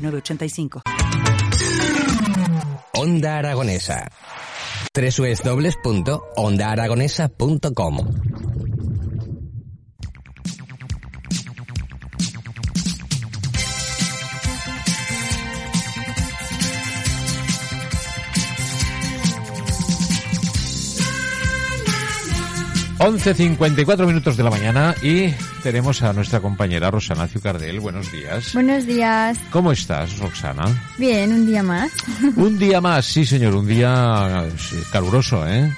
985. Onda Aragonesa. www.ondaaragonesa.com cuatro minutos de la mañana y tenemos a nuestra compañera Rosana Ciucardel. Buenos días. Buenos días. ¿Cómo estás, Roxana? Bien, un día más. Un día más, sí, señor, un día sí, caluroso, ¿eh?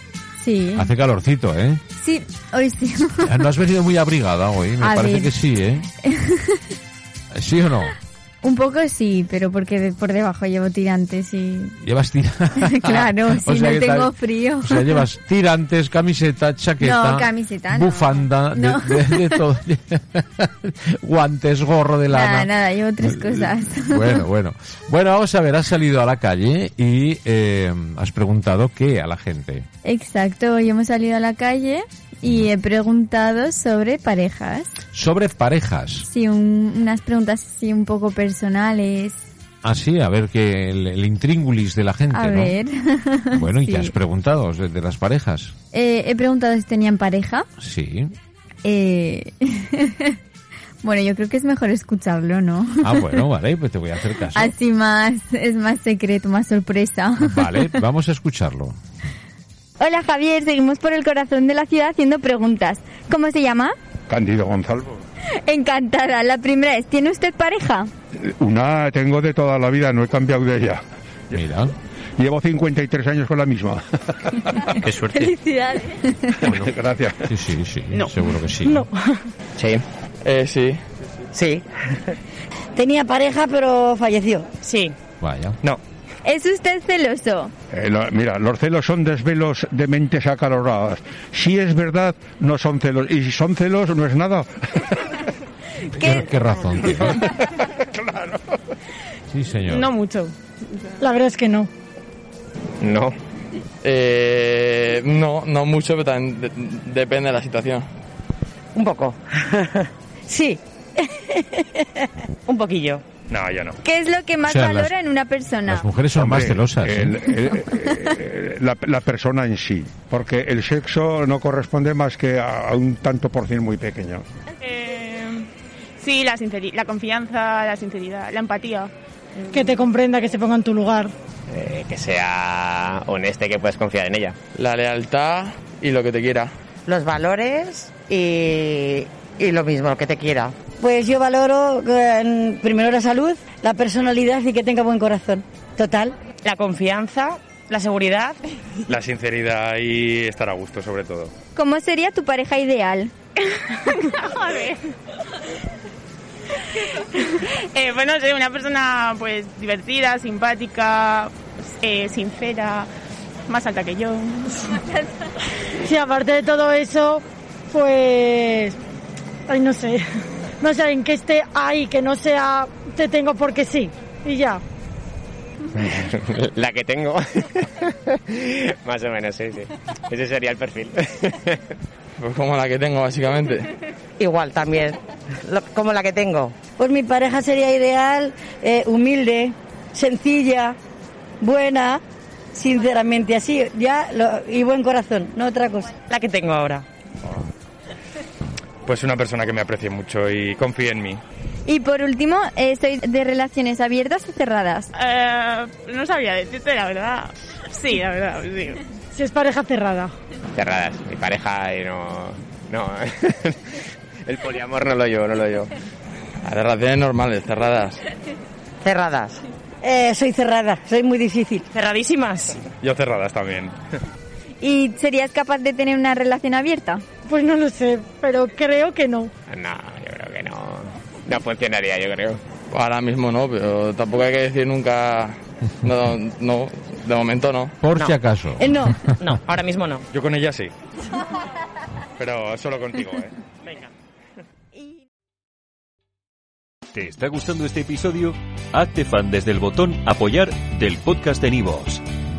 Sí. Hace calorcito, ¿eh? Ah, Sí, hoy sí. No has venido muy abrigada hoy, me A parece ver. que sí, ¿eh? ¿Sí o no? un poco sí, pero porque de- por debajo llevo tirantes y... Llevas tirantes. Claro, si no tengo frío. O sea, llevas tirantes, camiseta, chaqueta. No, camiseta no. Bufanda, de- No. De, de todo. Guantes, gorro de Nada, lana. nada, llevo tres cosas. Bueno, bueno. Bueno, vamos a ver, has salido a la calle y eh, has preguntado qué a la gente. Exacto, hoy hemos salido a la calle y he preguntado sobre parejas. Sobre parejas. Sí, un- unas preguntas así un poco personales. Así, a ver que el, el intríngulis de la gente, A ¿no? ver, Bueno, y te Sí. has preguntado de, de las parejas. Eh, he preguntado si tenían pareja. Sí. Eh, bueno, yo creo que es mejor escucharlo, ¿no? Ah, bueno, vale, pues te voy a hacer caso. Así más, es más secreto, más sorpresa. Vale, vamos a escucharlo. Hola Javier, seguimos por el corazón de la ciudad haciendo preguntas. ¿Cómo se llama? Candido Gonzalo. Encantada. La primera es, ¿tiene usted pareja? Una tengo de toda la vida, no he cambiado de ella. Mira. Llevo 53 años con la misma. Qué suerte. Felicidades. Gracias. Sí, sí, sí. No. Seguro que sí. Sí. Eh, sí. Sí. Tenía pareja, pero falleció. Sí, Vaya. No. ¿Es usted celoso? Eh, lo- mira, los celos son desvelos de mentes acaloradas. Si es verdad, no son celos. Y si son celos, no es nada. ¿Qué, qué razón tiene? Sí, señor. no mucho. La verdad es que no. No. Eh, no, no mucho, pero también de- depende de la situación. Un poco. Sí. Un poquillo. No, yo no. ¿Qué es lo que más O sea, las- valora en una persona? Las mujeres son más Hombre, celosas. ¿eh? el- el- eh, la, la persona en sí. Porque el sexo no corresponde más que a, a un tanto por cien muy pequeño. Eh, sí, la, sinceri- la confianza, la sinceridad, la empatía. Que te comprenda, que se ponga en tu lugar. Eh, que sea honesta y que puedas confiar en ella. La lealtad y lo que te quiera. los valores y, y lo mismo, el que te quiera. Pues yo valoro eh, primero la salud, la personalidad y que tenga buen corazón. Total. La confianza, la seguridad. La sinceridad y estar a gusto, sobre todo. ¿Cómo sería tu pareja ideal? Eh, bueno, soy una persona pues divertida, simpática, eh, sincera, más alta que yo. Sí, aparte de todo eso, pues... Ay, no sé. No sé, en que esté ahí, que no sea te tengo porque sí. Y ya. La que tengo. Más o menos, sí, sí. Ese sería el perfil. Pues como la que tengo, básicamente. Igual también, lo- como la que tengo. Pues mi pareja sería ideal, eh, humilde, sencilla, buena, sinceramente así, ya y buen corazón, no otra cosa. La que tengo ahora. Pues una persona que me aprecie mucho y confíe en mí. Y por último, eh, ¿sois de relaciones abiertas o cerradas? Eh, no sabría decirte la verdad. Sí, la verdad, sí. Si es pareja cerrada. Cerradas. Mi pareja y no. No. El poliamor no lo llevo, no lo llevo. A las relaciones normales, cerradas. Cerradas. Eh, soy cerrada, soy muy difícil. Cerradísimas. Yo cerradas también. ¿Y serías capaz de tener una relación abierta? Pues no lo sé, pero creo que no. No, yo creo que no. No funcionaría, yo creo. Ahora mismo no, pero tampoco hay que decir nunca. No, no de momento no. Por si acaso. Eh, no, no, ahora mismo no. Yo con ella sí. Pero solo contigo, ¿eh? Venga. ¿Te está gustando este episodio? Hazte fan desde el botón Apoyar del podcast de Nivos.